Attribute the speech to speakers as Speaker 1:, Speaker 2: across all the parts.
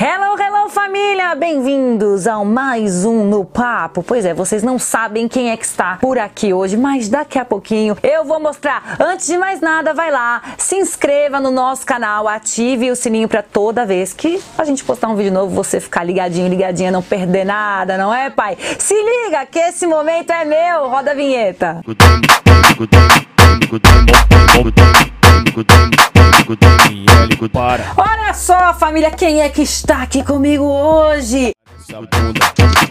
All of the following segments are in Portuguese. Speaker 1: Hello, hello família! Bem-vindos ao mais um No Papo. Pois é, vocês não sabem quem é que está por aqui hoje, mas daqui a pouquinho eu vou mostrar. Antes de mais nada, vai lá, se inscreva no nosso canal, ative o sininho para toda vez que a gente postar um vídeo novo, você ficar ligadinho, ligadinha, não perder nada, não é, pai? Se liga que esse momento é meu! Roda a vinheta!
Speaker 2: Dinheiro para
Speaker 1: Olha só, família, quem é que está aqui comigo hoje?
Speaker 2: essa bunda.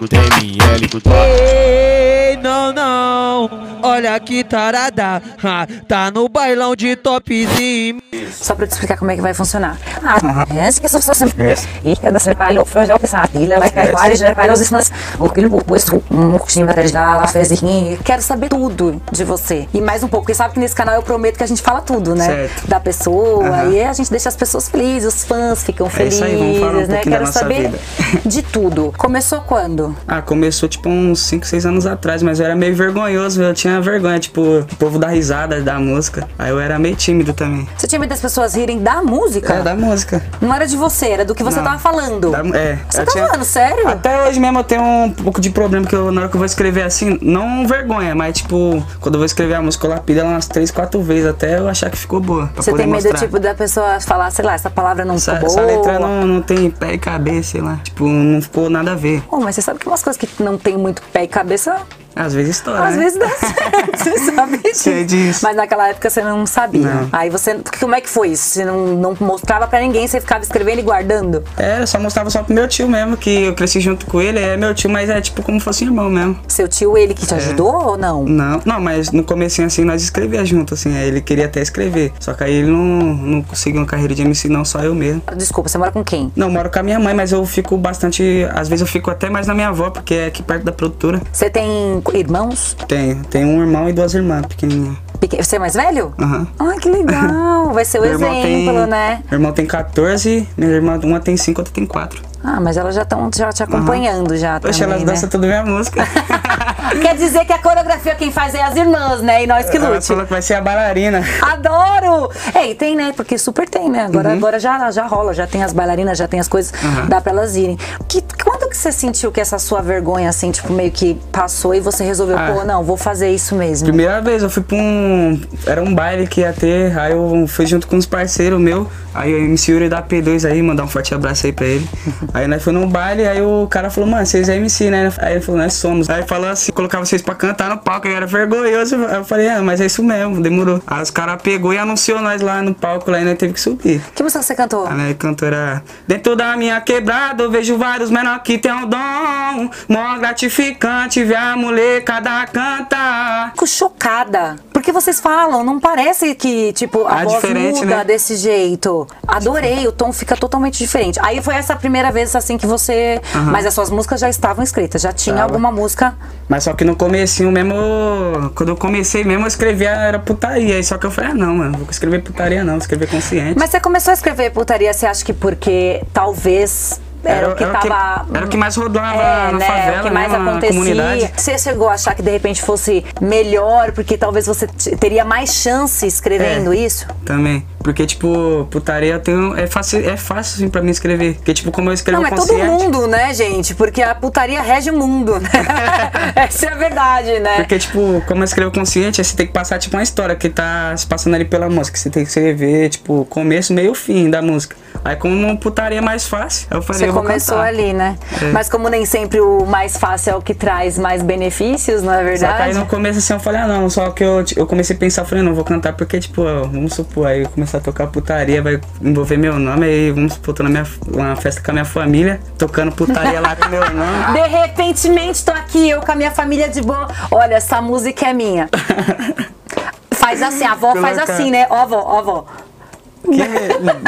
Speaker 2: TML para
Speaker 3: Ei, não, não, olha que tarada, ha, tá no bailão de topzinho.
Speaker 1: Só para te explicar como é que vai funcionar. Ah, antes que você
Speaker 4: É.
Speaker 1: e cada sepalho foi já pensar, ilha vai cair várias reparos mas o que ele posto um pouquinho para ajudar a fazer Quero saber tudo de você e mais um pouco, porque sabe que nesse canal eu prometo que a gente fala tudo, né?
Speaker 4: Certo.
Speaker 1: Da pessoa
Speaker 4: Aham.
Speaker 1: e a gente deixa as pessoas felizes, os fãs ficam
Speaker 4: É
Speaker 1: felizes,
Speaker 4: isso aí, vamos falar um
Speaker 1: né?
Speaker 4: pouquinho da
Speaker 1: Quero
Speaker 4: nossa
Speaker 1: saber
Speaker 4: vida.
Speaker 1: de tudo. Começou quando?
Speaker 4: Ah, começou tipo uns 5, 6 anos atrás, mas eu era meio vergonhoso, eu tinha vergonha, tipo, o povo dá risada da música. Aí eu era meio tímido também.
Speaker 1: Você tinha medo das pessoas rirem da música?
Speaker 4: É, da música.
Speaker 1: Não era de você, era do que você
Speaker 4: Não.
Speaker 1: tava falando.
Speaker 4: Da- é,
Speaker 1: Você
Speaker 4: eu
Speaker 1: tá
Speaker 4: tinha-
Speaker 1: falando, sério?
Speaker 4: Até hoje mesmo eu tenho um pouco de problema, que eu, na hora que eu vou escrever assim, não vergonha, mas tipo, quando eu vou escrever a música, eu lapido ela umas 3, 4 vezes até eu achar que ficou boa. Pra
Speaker 1: Você
Speaker 4: poder
Speaker 1: tem medo,
Speaker 4: mostrar.
Speaker 1: tipo, da pessoa falar, sei lá, essa palavra não
Speaker 4: Essa,
Speaker 1: ficou
Speaker 4: essa
Speaker 1: boa.
Speaker 4: letra não, não tem pé e cabeça, sei lá. Tipo, não ficou nada a ver.
Speaker 1: Pô, mas você sabe que umas coisas que não tem muito pé e cabeça,
Speaker 4: Às vezes estoura.
Speaker 1: às
Speaker 4: né?
Speaker 1: vezes dá certo, você sabe disso.
Speaker 4: Sei disso.
Speaker 1: Mas naquela época você não sabia.
Speaker 4: Não.
Speaker 1: Aí você, porque como é que foi isso? Você não, não mostrava pra ninguém, você ficava escrevendo e guardando?
Speaker 4: É, eu só mostrava só pro meu tio mesmo, que eu cresci junto com ele, é meu tio, mas é tipo como fosse irmão mesmo.
Speaker 1: Seu tio, ele que
Speaker 4: É.
Speaker 1: te ajudou ou não?
Speaker 4: Não, não, mas no comecinho assim nós escrevia junto, assim, aí ele queria até escrever. Só que aí ele não, não conseguiu uma carreira de MC, não, só eu mesmo.
Speaker 1: Desculpa, você mora com quem?
Speaker 4: Não, eu moro com a minha mãe, mas eu fico bastante. Às vezes eu fico até mais na minha avó, porque é aqui perto da produtora.
Speaker 1: Você tem irmãos?
Speaker 4: Tenho, tenho um irmão e duas irmãs pequenininhas.
Speaker 1: Pequen- Você é mais velho?
Speaker 4: Aham.
Speaker 1: Ai, que legal! Vai ser o
Speaker 4: Meu irmão
Speaker 1: exemplo,
Speaker 4: tem-
Speaker 1: né?
Speaker 4: Meu irmão tem 14, minha irmã, uma tem 5, outra tem 4.
Speaker 1: Ah, mas elas já estão já te acompanhando já
Speaker 4: Poxa,
Speaker 1: também,
Speaker 4: elas
Speaker 1: né?
Speaker 4: dançam tudo minha música.
Speaker 1: Quer dizer que a coreografia quem faz é as irmãs, né? E nós que
Speaker 4: Ela
Speaker 1: lute.
Speaker 4: falou que vai ser a bailarina.
Speaker 1: Adoro! É, e tem, né? Porque super tem, né? Agora,
Speaker 4: Uhum.
Speaker 1: agora já, já rola, já tem as bailarinas, já tem as coisas, dá pra elas irem. Que, quando que você sentiu que essa sua vergonha, assim, tipo, meio que passou e você resolveu,
Speaker 4: Ah.
Speaker 1: pô, não, vou fazer isso mesmo?
Speaker 4: Primeira vez eu fui pra um. Era um baile que ia ter, aí eu fui junto com uns parceiros meus, aí o MC Yuri da P2 aí, mandar um forte abraço aí pra ele. Aí nós fomos num baile, aí o cara falou, mano, vocês é MC, né? Aí ele falou, nós somos. Aí falou assim, colocar vocês pra cantar no palco, aí eu era vergonhoso. Aí eu falei, ah, mas é isso mesmo, demorou. Aí os caras pegou e anunciou nós lá no palco, lá e nós teve que subir.
Speaker 1: Que música você cantou?
Speaker 4: A minha cantora. Dentro da minha quebrada, eu vejo vários menor que tem um dom. Mó gratificante ver a molecada cantar.
Speaker 1: Fico chocada. Porque vocês falam, não parece que, tipo, a
Speaker 4: Ah,
Speaker 1: voz
Speaker 4: diferente,
Speaker 1: muda
Speaker 4: né?
Speaker 1: desse jeito. Adorei, o tom fica totalmente diferente. Aí foi essa primeira vez, assim, que você... Mas as suas músicas já estavam escritas, já tinha
Speaker 4: Tava.
Speaker 1: alguma música...
Speaker 4: Mas só que no comecinho mesmo, quando eu comecei mesmo, eu escrevia era putaria. Aí Só que eu falei, ah não, mano, vou escrever putaria não, vou escrever consciente.
Speaker 1: Mas você começou a escrever putaria, você acha que porque talvez era, o que tava.
Speaker 4: era o que mais rodava
Speaker 1: É,
Speaker 4: na
Speaker 1: né?
Speaker 4: favela,
Speaker 1: o que
Speaker 4: né,
Speaker 1: mais
Speaker 4: na
Speaker 1: acontecia.
Speaker 4: comunidade.
Speaker 1: Você chegou a achar que de repente fosse melhor, porque talvez você t- teria mais chance escrevendo
Speaker 4: É.
Speaker 1: isso?
Speaker 4: Também. Porque, tipo, putaria eu tenho. É fácil, é fácil assim, pra mim escrever. Porque, tipo, como eu escrevo
Speaker 1: Não, é todo
Speaker 4: consciente.
Speaker 1: mundo, né, gente? Porque a putaria rege o mundo, né? Essa é a verdade, né?
Speaker 4: Porque, tipo, como eu escrevo consciente, aí você tem que passar, tipo, uma história que tá se passando ali pela música. Você tem que escrever, tipo, começo, meio fim da música. Aí como putaria é mais fácil, aí eu falei,
Speaker 1: Você
Speaker 4: eu vou
Speaker 1: começou
Speaker 4: cantar.
Speaker 1: ali, né?
Speaker 4: É.
Speaker 1: Mas como nem sempre o mais fácil é o que traz mais benefícios, não é
Speaker 4: Só que aí
Speaker 1: verdade?
Speaker 4: no começo assim eu falei, ah não, só que eu, eu comecei a pensar, eu falei, não, vou cantar porque, tipo, ó, vamos supor, aí eu começar a tocar putaria, vai envolver meu nome, aí vamos supor, tô na minha uma festa com a minha família, tocando putaria lá com meu nome.
Speaker 1: De repentemente tô aqui, eu com a minha família de boa. Olha, essa música é minha. Faz assim, a avó faz
Speaker 4: Colocar.
Speaker 1: assim, né? Ó, avó, ó, avó.
Speaker 4: Que-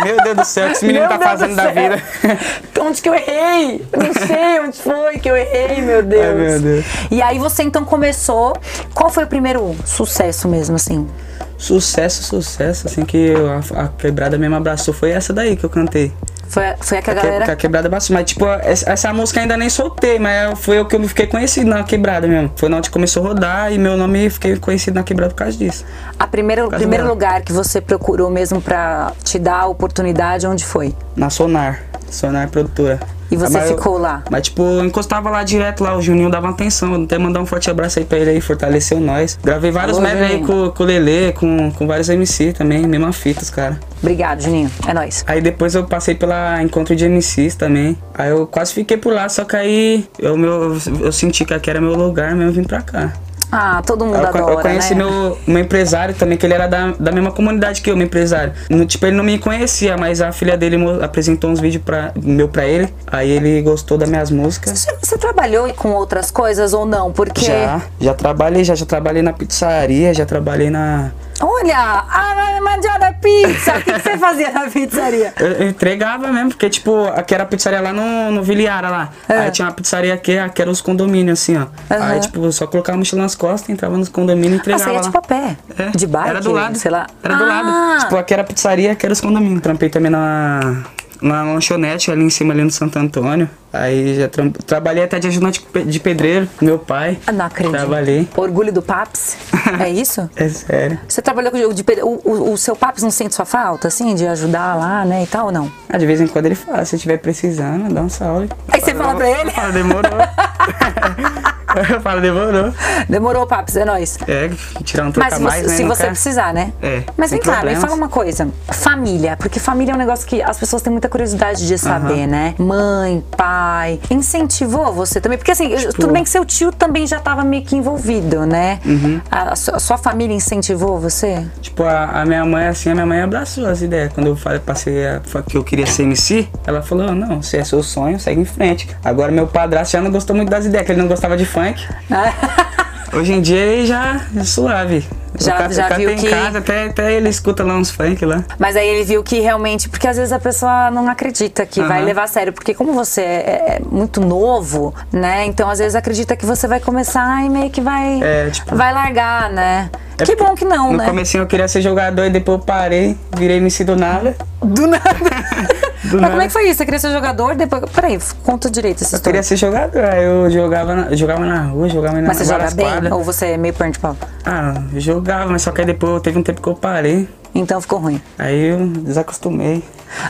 Speaker 4: meu Deus do céu, o que esse menino
Speaker 1: Meu
Speaker 4: tá
Speaker 1: Deus do
Speaker 4: fazendo da
Speaker 1: céu.
Speaker 4: vida?
Speaker 1: Onde que eu errei? Não sei onde foi que eu errei, meu Deus.
Speaker 4: Ai, meu Deus.
Speaker 1: E aí você então começou. Qual foi o primeiro sucesso mesmo, assim?
Speaker 4: Sucesso, sucesso, assim que eu- a, a quebrada mesmo abraçou, foi essa daí que eu cantei.
Speaker 1: Foi, foi a que a
Speaker 4: É Que-
Speaker 1: galera.
Speaker 4: que a quebrada abraçou, mas tipo, essa, essa música ainda nem soltei, mas foi o que eu fiquei conhecido na quebrada mesmo. Foi na onde começou a rodar e meu nome fiquei conhecido na quebrada por causa disso.
Speaker 1: A primeiro,
Speaker 4: causa
Speaker 1: primeiro
Speaker 4: dela.
Speaker 1: lugar que você procurou mesmo pra te dar a oportunidade, onde foi?
Speaker 4: Na Sonar. Sonar produtora.
Speaker 1: E você
Speaker 4: Mas eu-
Speaker 1: ficou lá?
Speaker 4: Mas, tipo, eu encostava lá direto lá, o Juninho dava atenção. Até mandar um forte abraço aí pra ele aí, fortaleceu nós. Gravei vários
Speaker 1: Alô,
Speaker 4: medley aí
Speaker 1: Juninho.
Speaker 4: com, com o Lelê, com, com vários MC também, mesma fita, os cara.
Speaker 1: Obrigado, Juninho. É nóis.
Speaker 4: Aí depois eu passei pela encontro de MCs também. Aí eu quase fiquei por lá, só que aí eu, meu, eu senti que aqui era meu lugar mesmo, eu vim pra cá.
Speaker 1: Ah, todo mundo
Speaker 4: Aí Eu,
Speaker 1: adora,
Speaker 4: eu conheci
Speaker 1: né?
Speaker 4: meu, meu empresário também, que ele era da, da mesma comunidade que eu, meu empresário. No- tipo, ele não me conhecia, mas a filha dele mo- apresentou uns vídeos pra, meu pra ele. Aí ele gostou das minhas músicas.
Speaker 1: Você, você trabalhou com outras coisas ou não? Porque.
Speaker 4: Já, já trabalhei, já, já trabalhei na pizzaria, já trabalhei na.
Speaker 1: Olha, a mandioca pizza. O que, que você fazia na pizzaria?
Speaker 4: Eu eu entregava mesmo, porque, tipo, aqui era a pizzaria lá no, no Viliara lá.
Speaker 1: É.
Speaker 4: Aí tinha uma pizzaria aqui, aqui era os condomínios, assim, ó. Aí, tipo, eu só colocava a mochila nas costas, entrava nos condomínios e
Speaker 1: Ah,
Speaker 4: entregava.
Speaker 1: você ia
Speaker 4: lá.
Speaker 1: tipo a pé.
Speaker 4: É,
Speaker 1: De bike?
Speaker 4: Era do lado.
Speaker 1: Sei lá.
Speaker 4: Era do
Speaker 1: Ah,
Speaker 4: lado. Tipo, aqui era a pizzaria, aqui era os condomínios. Trampei também na, na lanchonete ali em cima, ali no Santo Antônio. Aí já tram- trabalhei até de ajudante pe- de pedreiro, com meu pai.
Speaker 1: Ah, Não acredito.
Speaker 4: Trabalhei.
Speaker 1: Orgulho do Paps? É isso?
Speaker 4: É sério.
Speaker 1: Você trabalhou com de, de, o, o- o seu Paps não sente sua falta, assim, de ajudar lá, né, e tal, ou não?
Speaker 4: Ah, de vez em quando ele fala, se estiver precisando, dá um salve.
Speaker 1: Aí você fala pra ele?
Speaker 4: Eu falo, demorou. eu falo, demorou.
Speaker 1: Demorou, Paps, é nóis.
Speaker 4: É, tirar um
Speaker 1: Mas
Speaker 4: troca
Speaker 1: você-
Speaker 4: mais, né?
Speaker 1: se
Speaker 4: nunca-
Speaker 1: você precisar, né?
Speaker 4: É,
Speaker 1: Mas
Speaker 4: sem
Speaker 1: vem cá, me
Speaker 4: problemas.
Speaker 1: fala uma coisa. Família, porque família é um negócio que as pessoas têm muita curiosidade de saber, né? Mãe, pai. Incentivou você também? Porque assim,
Speaker 4: Tipo
Speaker 1: eu- tudo bem que seu tio também já tava meio que envolvido, né?
Speaker 4: Uhum.
Speaker 1: A, a su- a sua família incentivou você?
Speaker 4: Tipo, a, a minha mãe, assim, a minha mãe abraçou as ideias. Quando eu falei, passei a, fa- que eu queria ser MC, ela falou, não, se é seu sonho, segue em frente. Agora meu padrasto já não gostou muito das ideias, que ele não gostava de funk. Hoje em dia ele já é suave.
Speaker 1: Já-
Speaker 4: o cara,
Speaker 1: já
Speaker 4: o cara
Speaker 1: viu
Speaker 4: tem em
Speaker 1: que-
Speaker 4: casa, até, até ele escuta lá uns funk lá.
Speaker 1: Mas aí ele viu que realmente, porque às vezes a pessoa não acredita que vai
Speaker 4: Aham.
Speaker 1: levar a sério, porque como você é, é muito novo, né? Então às vezes acredita que você vai começar e meio que vai
Speaker 4: É, tipo-
Speaker 1: vai largar, né?
Speaker 4: É
Speaker 1: que
Speaker 4: porque
Speaker 1: bom que não,
Speaker 4: no
Speaker 1: né?
Speaker 4: comecinho eu queria ser jogador e depois eu parei, virei MC do nada.
Speaker 1: Do nada. Mas como
Speaker 4: nada.
Speaker 1: é que foi isso? Você queria ser jogador, depois. Peraí, conta direito essa
Speaker 4: Eu queria
Speaker 1: história.
Speaker 4: ser jogador, aí eu jogava na, jogava na rua, jogava na
Speaker 1: Mas você joga
Speaker 4: várias
Speaker 1: bem?
Speaker 4: quadras.
Speaker 1: Ou você é meio perna de pau?
Speaker 4: Ah, eu jogava, mas só que aí depois teve um tempo que eu parei.
Speaker 1: Então ficou ruim.
Speaker 4: Aí eu desacostumei.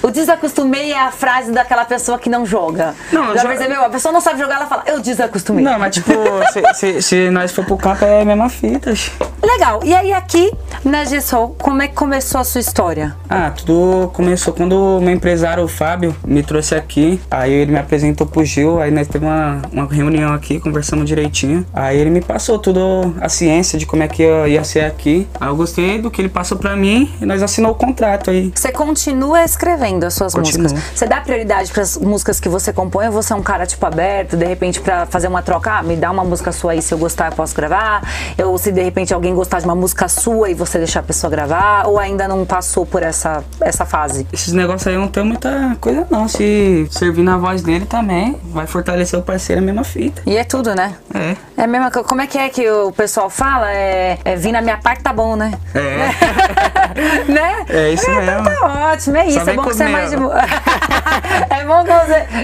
Speaker 1: O desacostumei é a frase daquela pessoa que não joga.
Speaker 4: Não,
Speaker 1: Já
Speaker 4: jo-
Speaker 1: percebeu? A pessoa não sabe jogar, ela fala, eu desacostumei.
Speaker 4: Não, mas tipo, se, se- se nós for pro campo é a mesma fita. xe.
Speaker 1: Legal. E aí aqui, na GSOL, como é que começou a sua história?
Speaker 4: Ah, tudo começou quando o meu empresário, o Fábio, me trouxe aqui. Aí ele me apresentou pro Gil, aí nós teve uma, uma reunião aqui, conversamos direitinho. Aí ele me passou tudo, a ciência de como é que eu ia ser aqui. Aí eu gostei do que ele passou pra mim e nós assinou o contrato aí.
Speaker 1: Você continua escrevendo as suas
Speaker 4: Continuo.
Speaker 1: músicas? Você dá prioridade para as músicas que você compõe ou você é um cara tipo aberto, de repente pra fazer uma troca, ah, me dá uma música sua aí, se eu gostar eu posso gravar? Ou se de repente alguém gostar de uma música sua e você deixar a pessoa gravar? Ou ainda não passou por essa, essa fase?
Speaker 4: Esses negócios aí não tem muita coisa não. Se servir na voz dele também, vai fortalecer o parceiro, é a mesma fita.
Speaker 1: E é tudo, né?
Speaker 4: É.
Speaker 1: É mesmo, como é que é que o pessoal fala? É, é vir na minha parte tá bom, né?
Speaker 4: É.
Speaker 1: né?
Speaker 4: É isso
Speaker 1: então
Speaker 4: mesmo.
Speaker 1: tá ótimo, é isso.
Speaker 4: Só
Speaker 1: É
Speaker 4: vem
Speaker 1: bom que
Speaker 4: com
Speaker 1: você é
Speaker 4: mel.
Speaker 1: mais de boa. é bom que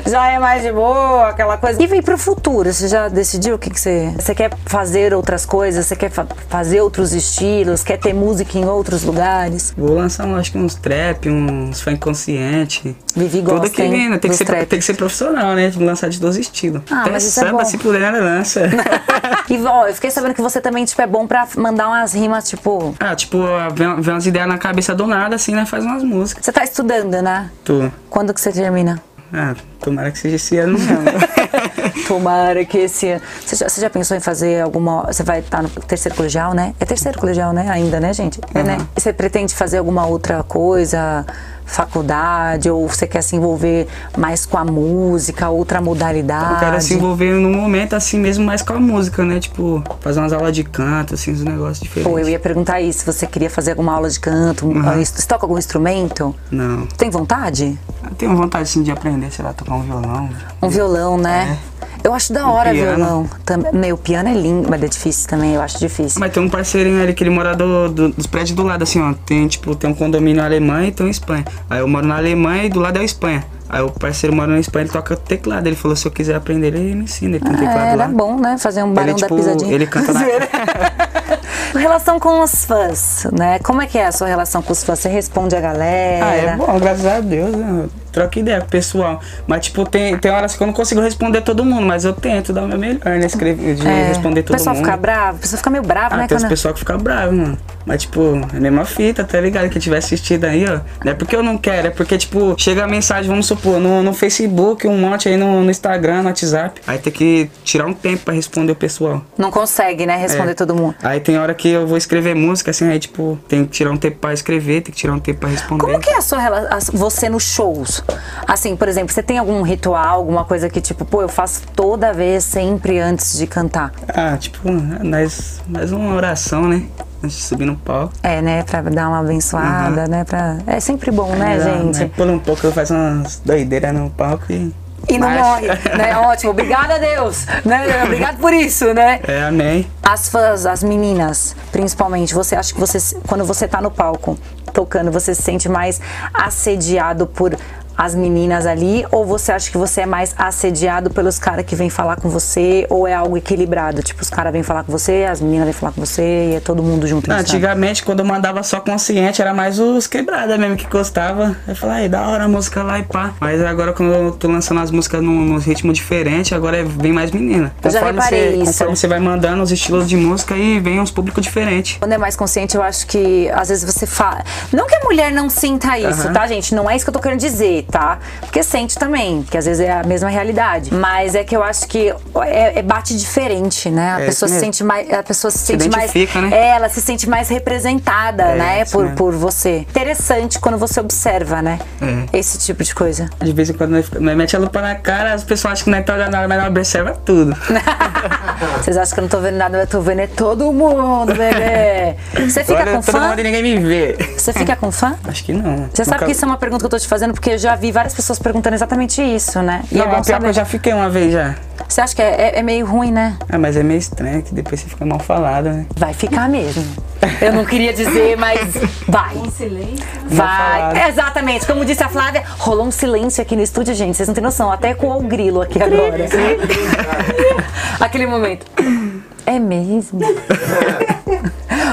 Speaker 1: você já é mais de boa, aquela coisa. E vem pro futuro, você já decidiu o que, que você. Você quer fazer outras coisas? Você quer fa- fazer outros estilos? Quer ter música em outros lugares?
Speaker 4: Vou lançar, um- acho que uns trap, uns funk consciente.
Speaker 1: Vivi gosta,
Speaker 4: Tudo que
Speaker 1: hein,
Speaker 4: vem, né? Tem que,
Speaker 1: dos
Speaker 4: ser,
Speaker 1: trap.
Speaker 4: tem que ser profissional, né? Tem que lançar de 12 estilos.
Speaker 1: Ah,
Speaker 4: Até
Speaker 1: mas isso é
Speaker 4: samba,
Speaker 1: bom.
Speaker 4: se puder, né, lança.
Speaker 1: e ó, eu fiquei sabendo que você também tipo, é bom pra mandar umas rimas, tipo.
Speaker 4: ah, tipo, vem, vem umas ideias na cabeça do nada, assim, né? Faz umas músicas.
Speaker 1: Você tá estudando, né?
Speaker 4: Tu.
Speaker 1: Quando que você termina?
Speaker 4: Ah, tomara que seja esse ano mesmo.
Speaker 1: Tomara que esse ano. Você já, você já pensou em fazer alguma. Você vai estar no terceiro colegial, né? É terceiro colegial, né? Ainda, né, gente? É, né? E Você pretende fazer alguma outra coisa? Faculdade? Ou você quer se envolver mais com a música, outra modalidade?
Speaker 4: Eu quero se envolver no momento, assim mesmo, mais com a música, né? Tipo, fazer umas aulas de canto, assim, uns negócios diferentes.
Speaker 1: Pô, eu ia perguntar isso, se você queria fazer alguma aula de canto, um-
Speaker 4: Uhum.
Speaker 1: você toca algum instrumento?
Speaker 4: Não.
Speaker 1: Tem vontade?
Speaker 4: Eu tenho vontade, assim, de aprender, sei lá, tocar um violão.
Speaker 1: Um violão, né? Eu acho da hora
Speaker 4: É. piano.
Speaker 1: violão. Também, meu, piano é lindo, mas é difícil também, eu acho difícil.
Speaker 4: Mas tem um parceirinho ali que ele mora do, do- dos prédios do lado, assim, ó. Tem, tipo, tem um condomínio na Alemanha e tem um em Espanha. Aí eu moro na Alemanha e do lado é a Espanha. Aí o parceiro mora na Espanha, ele toca teclado. Ele falou, se eu quiser aprender, ele me ensina. Ele tem
Speaker 1: É,
Speaker 4: teclado
Speaker 1: era
Speaker 4: lá.
Speaker 1: bom, né? Fazer um barão da
Speaker 4: tipo,
Speaker 1: pisadinha.
Speaker 4: ele canta na-
Speaker 1: Zoeira. relação com os fãs, né? Como é que é a sua relação com os fãs? Você responde a galera?
Speaker 4: Ah, é bom, graças a Deus. né? troco ideia com o pessoal. Mas, tipo, tem, tem horas que eu não consigo responder todo mundo, mas eu tento dar o meu melhor, né? Escrever, de
Speaker 1: É,
Speaker 4: responder todo
Speaker 1: o pessoal
Speaker 4: mundo.
Speaker 1: fica bravo, o pessoal fica meio bravo,
Speaker 4: Ah,
Speaker 1: né?
Speaker 4: tem os
Speaker 1: quando-
Speaker 4: pessoal que fica bravo, mano. Mas, tipo, é a mesma fita, tá ligado? Quem tiver assistido aí, ó. Não é porque eu não quero, é porque, tipo, chega a mensagem, vamos supor, no, no Facebook, um monte aí no, no Instagram, no WhatsApp. Aí tem que tirar um tempo pra responder o pessoal.
Speaker 1: Não consegue, né? Responder
Speaker 4: É.
Speaker 1: todo mundo.
Speaker 4: Aí tem hora que eu vou escrever música, assim, aí, tipo, tem que tirar um tempo pra escrever, tem que tirar um tempo pra responder.
Speaker 1: Como que é a sua relação, você nos shows? Assim, por exemplo, você tem algum ritual, alguma coisa que tipo, pô, eu faço toda vez, sempre antes de cantar?
Speaker 4: Ah, tipo, nós, mais uma oração, né? Antes de subir no palco.
Speaker 1: É, né? Pra dar uma abençoada, né? Pra... É sempre bom, né,
Speaker 4: Aí,
Speaker 1: gente?
Speaker 4: aí Pula um pouco, faz umas doideiras no palco e.
Speaker 1: E não
Speaker 4: Mas-
Speaker 1: morre, né? Ótimo, obrigada a Deus, né? Obrigado por isso, né?
Speaker 4: É, amém.
Speaker 1: As fãs, as meninas, principalmente, você acha que você, se- quando você tá no palco tocando, você se sente mais assediado por as meninas ali? Ou você acha que você é mais assediado pelos caras que vêm falar com você? Ou é algo equilibrado? Tipo, os caras vêm falar com você, as meninas vêm falar com você e é todo mundo junto.
Speaker 4: Não,
Speaker 1: no estado?
Speaker 4: antigamente, quando eu mandava só consciente, era mais os quebrada mesmo que gostava. Eu falava, ai, da hora a música lá e pá. Mas agora, quando eu tô lançando as músicas num, num ritmo diferente, agora é bem mais menina.
Speaker 1: Eu já reparei
Speaker 4: você,
Speaker 1: isso.
Speaker 4: Conforme você vai mandando os estilos de música, aí vem uns públicos diferentes.
Speaker 1: Quando é mais consciente, eu acho que às vezes você fala. Não que a mulher não sinta isso,
Speaker 4: Aham.
Speaker 1: tá, gente? Não é isso que eu tô querendo dizer, tá? Porque sente também, que às vezes é a mesma realidade. Mas é que eu acho que é, é bate diferente, né? A
Speaker 4: É,
Speaker 1: pessoa se
Speaker 4: isso mesmo.
Speaker 1: sente mais. A pessoa se, sente mais.
Speaker 4: identifica, né? É
Speaker 1: É, ela se sente mais representada, né?
Speaker 4: isso
Speaker 1: Por,
Speaker 4: mesmo.
Speaker 1: por você. Interessante quando você observa, né?
Speaker 4: É.
Speaker 1: Esse tipo de coisa.
Speaker 4: De vez em quando, nós fica- nós mete a lupa na cara, as pessoas acham que não é tá olhando nada, mas nós observa tudo.
Speaker 1: Vocês acham que eu não tô vendo nada, mas eu tô vendo é todo mundo, bebê. Você fica
Speaker 4: Olha,
Speaker 1: com
Speaker 4: todo
Speaker 1: fã?
Speaker 4: mundo e ninguém me vê.
Speaker 1: Você fica com fã?
Speaker 4: Acho que não.
Speaker 1: Você sabe
Speaker 4: Nunca-
Speaker 1: que isso é uma pergunta que eu tô te fazendo, porque eu já vi várias pessoas perguntando exatamente isso, né? E é
Speaker 4: Não,
Speaker 1: bom
Speaker 4: a pior que
Speaker 1: saber.
Speaker 4: eu já fiquei uma vez já.
Speaker 1: Você acha que é, é- é meio ruim, né?
Speaker 4: Ah, mas é meio estranho que depois você fica mal falado, né?
Speaker 1: Vai ficar mesmo. Eu não queria dizer, mas vai. Um silêncio. Vai.
Speaker 4: falado.
Speaker 1: É, exatamente. Como disse a Flávia, rolou um silêncio aqui no estúdio, gente. Vocês não têm noção. Até ecoou o grilo aqui agora. Aquele momento. É mesmo?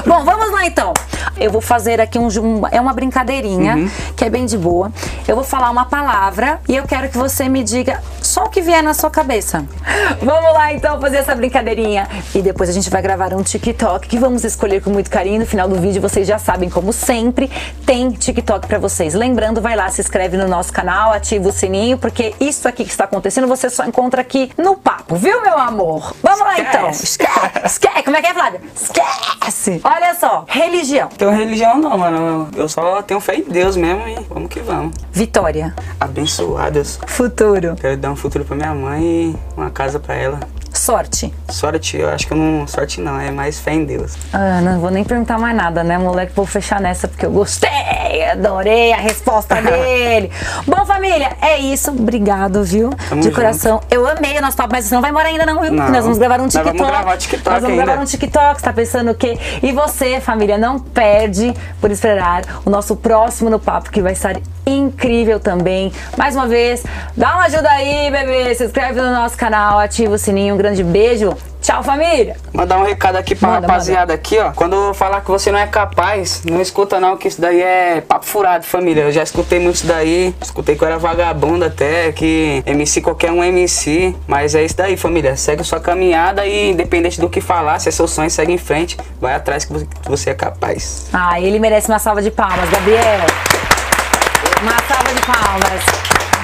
Speaker 1: Bom, vamos lá então. Eu vou fazer aqui um, ju- um- é uma brincadeirinha que é bem de boa. Eu vou falar uma palavra e eu quero que você me diga só o que vier na sua cabeça. Vamos lá então fazer essa brincadeirinha e depois a gente vai gravar um TikTok que vamos escolher com muito carinho. No final do vídeo vocês já sabem como sempre tem TikTok pra vocês. Lembrando, vai lá, se inscreve no nosso canal, ativa o sininho porque isso aqui que está acontecendo você só encontra aqui no papo, viu meu amor? Vamos lá então. Esquece. Esquece. Como é que é, Flávia? Esquece. Olha só, religião.
Speaker 4: tenho religião não, mano. Eu só tenho fé em Deus mesmo e vamos que vamos.
Speaker 1: Vitória.
Speaker 4: Abençoado eu sou.
Speaker 1: Futuro.
Speaker 4: Quero dar um futuro pra minha mãe e uma casa pra ela.
Speaker 1: Sorte.
Speaker 4: Sorte, eu acho que eu não. Sorte não, é mais fé em Deus.
Speaker 1: Ah, não vou nem perguntar mais nada, né, moleque? Vou fechar nessa porque eu gostei, adorei a resposta dele. Bom, família, é isso. Obrigado, viu?
Speaker 4: Tamo
Speaker 1: de
Speaker 4: junto.
Speaker 1: coração. Eu amei o nosso papo, mas você não vai embora ainda, não, viu?
Speaker 4: Não.
Speaker 1: Nós vamos gravar um
Speaker 4: Nós
Speaker 1: TikTok.
Speaker 4: vamos gravar TikTok
Speaker 1: Nós vamos gravar
Speaker 4: ainda.
Speaker 1: um TikTok, você tá pensando o quê? E você, família, não perde por esperar o nosso próximo no papo, que vai estar incrível também. Mais uma vez, dá uma ajuda aí, bebê. Se inscreve no nosso canal, ativa o sininho. Um grande beijo. Tchau, família!
Speaker 4: Mandar um recado aqui pra
Speaker 1: Manda,
Speaker 4: rapaziada aqui, ó. Quando eu falar que você não é capaz, não escuta não, que isso daí é papo furado, família. Eu já escutei muito isso daí. Escutei que eu era vagabundo até, que MC qualquer um é MC. Mas é isso daí, família. Segue sua caminhada e independente do que falar, se é seu sonho, segue em frente. Vai atrás que você- que você é capaz.
Speaker 1: Ah, ele merece uma salva de palmas, Gabriel. Uma salva de palmas.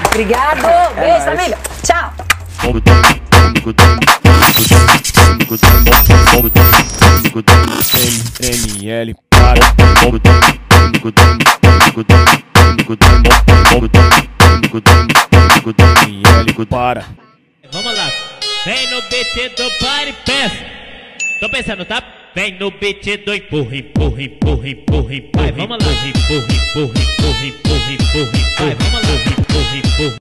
Speaker 1: Obrigado. Beijo,
Speaker 4: nóis.
Speaker 1: família. Tchau.
Speaker 2: ML para.
Speaker 5: Vamos lá. Vem no beat do pare peça. Tô pensando, tá? Vem no beat do empurra, empurra, empurra, empurra, empurra. Vamos lá. Empurra, empurra, empurra, empurra, empurra, empurra. Vamos lá. Empurra, empurra, empurra.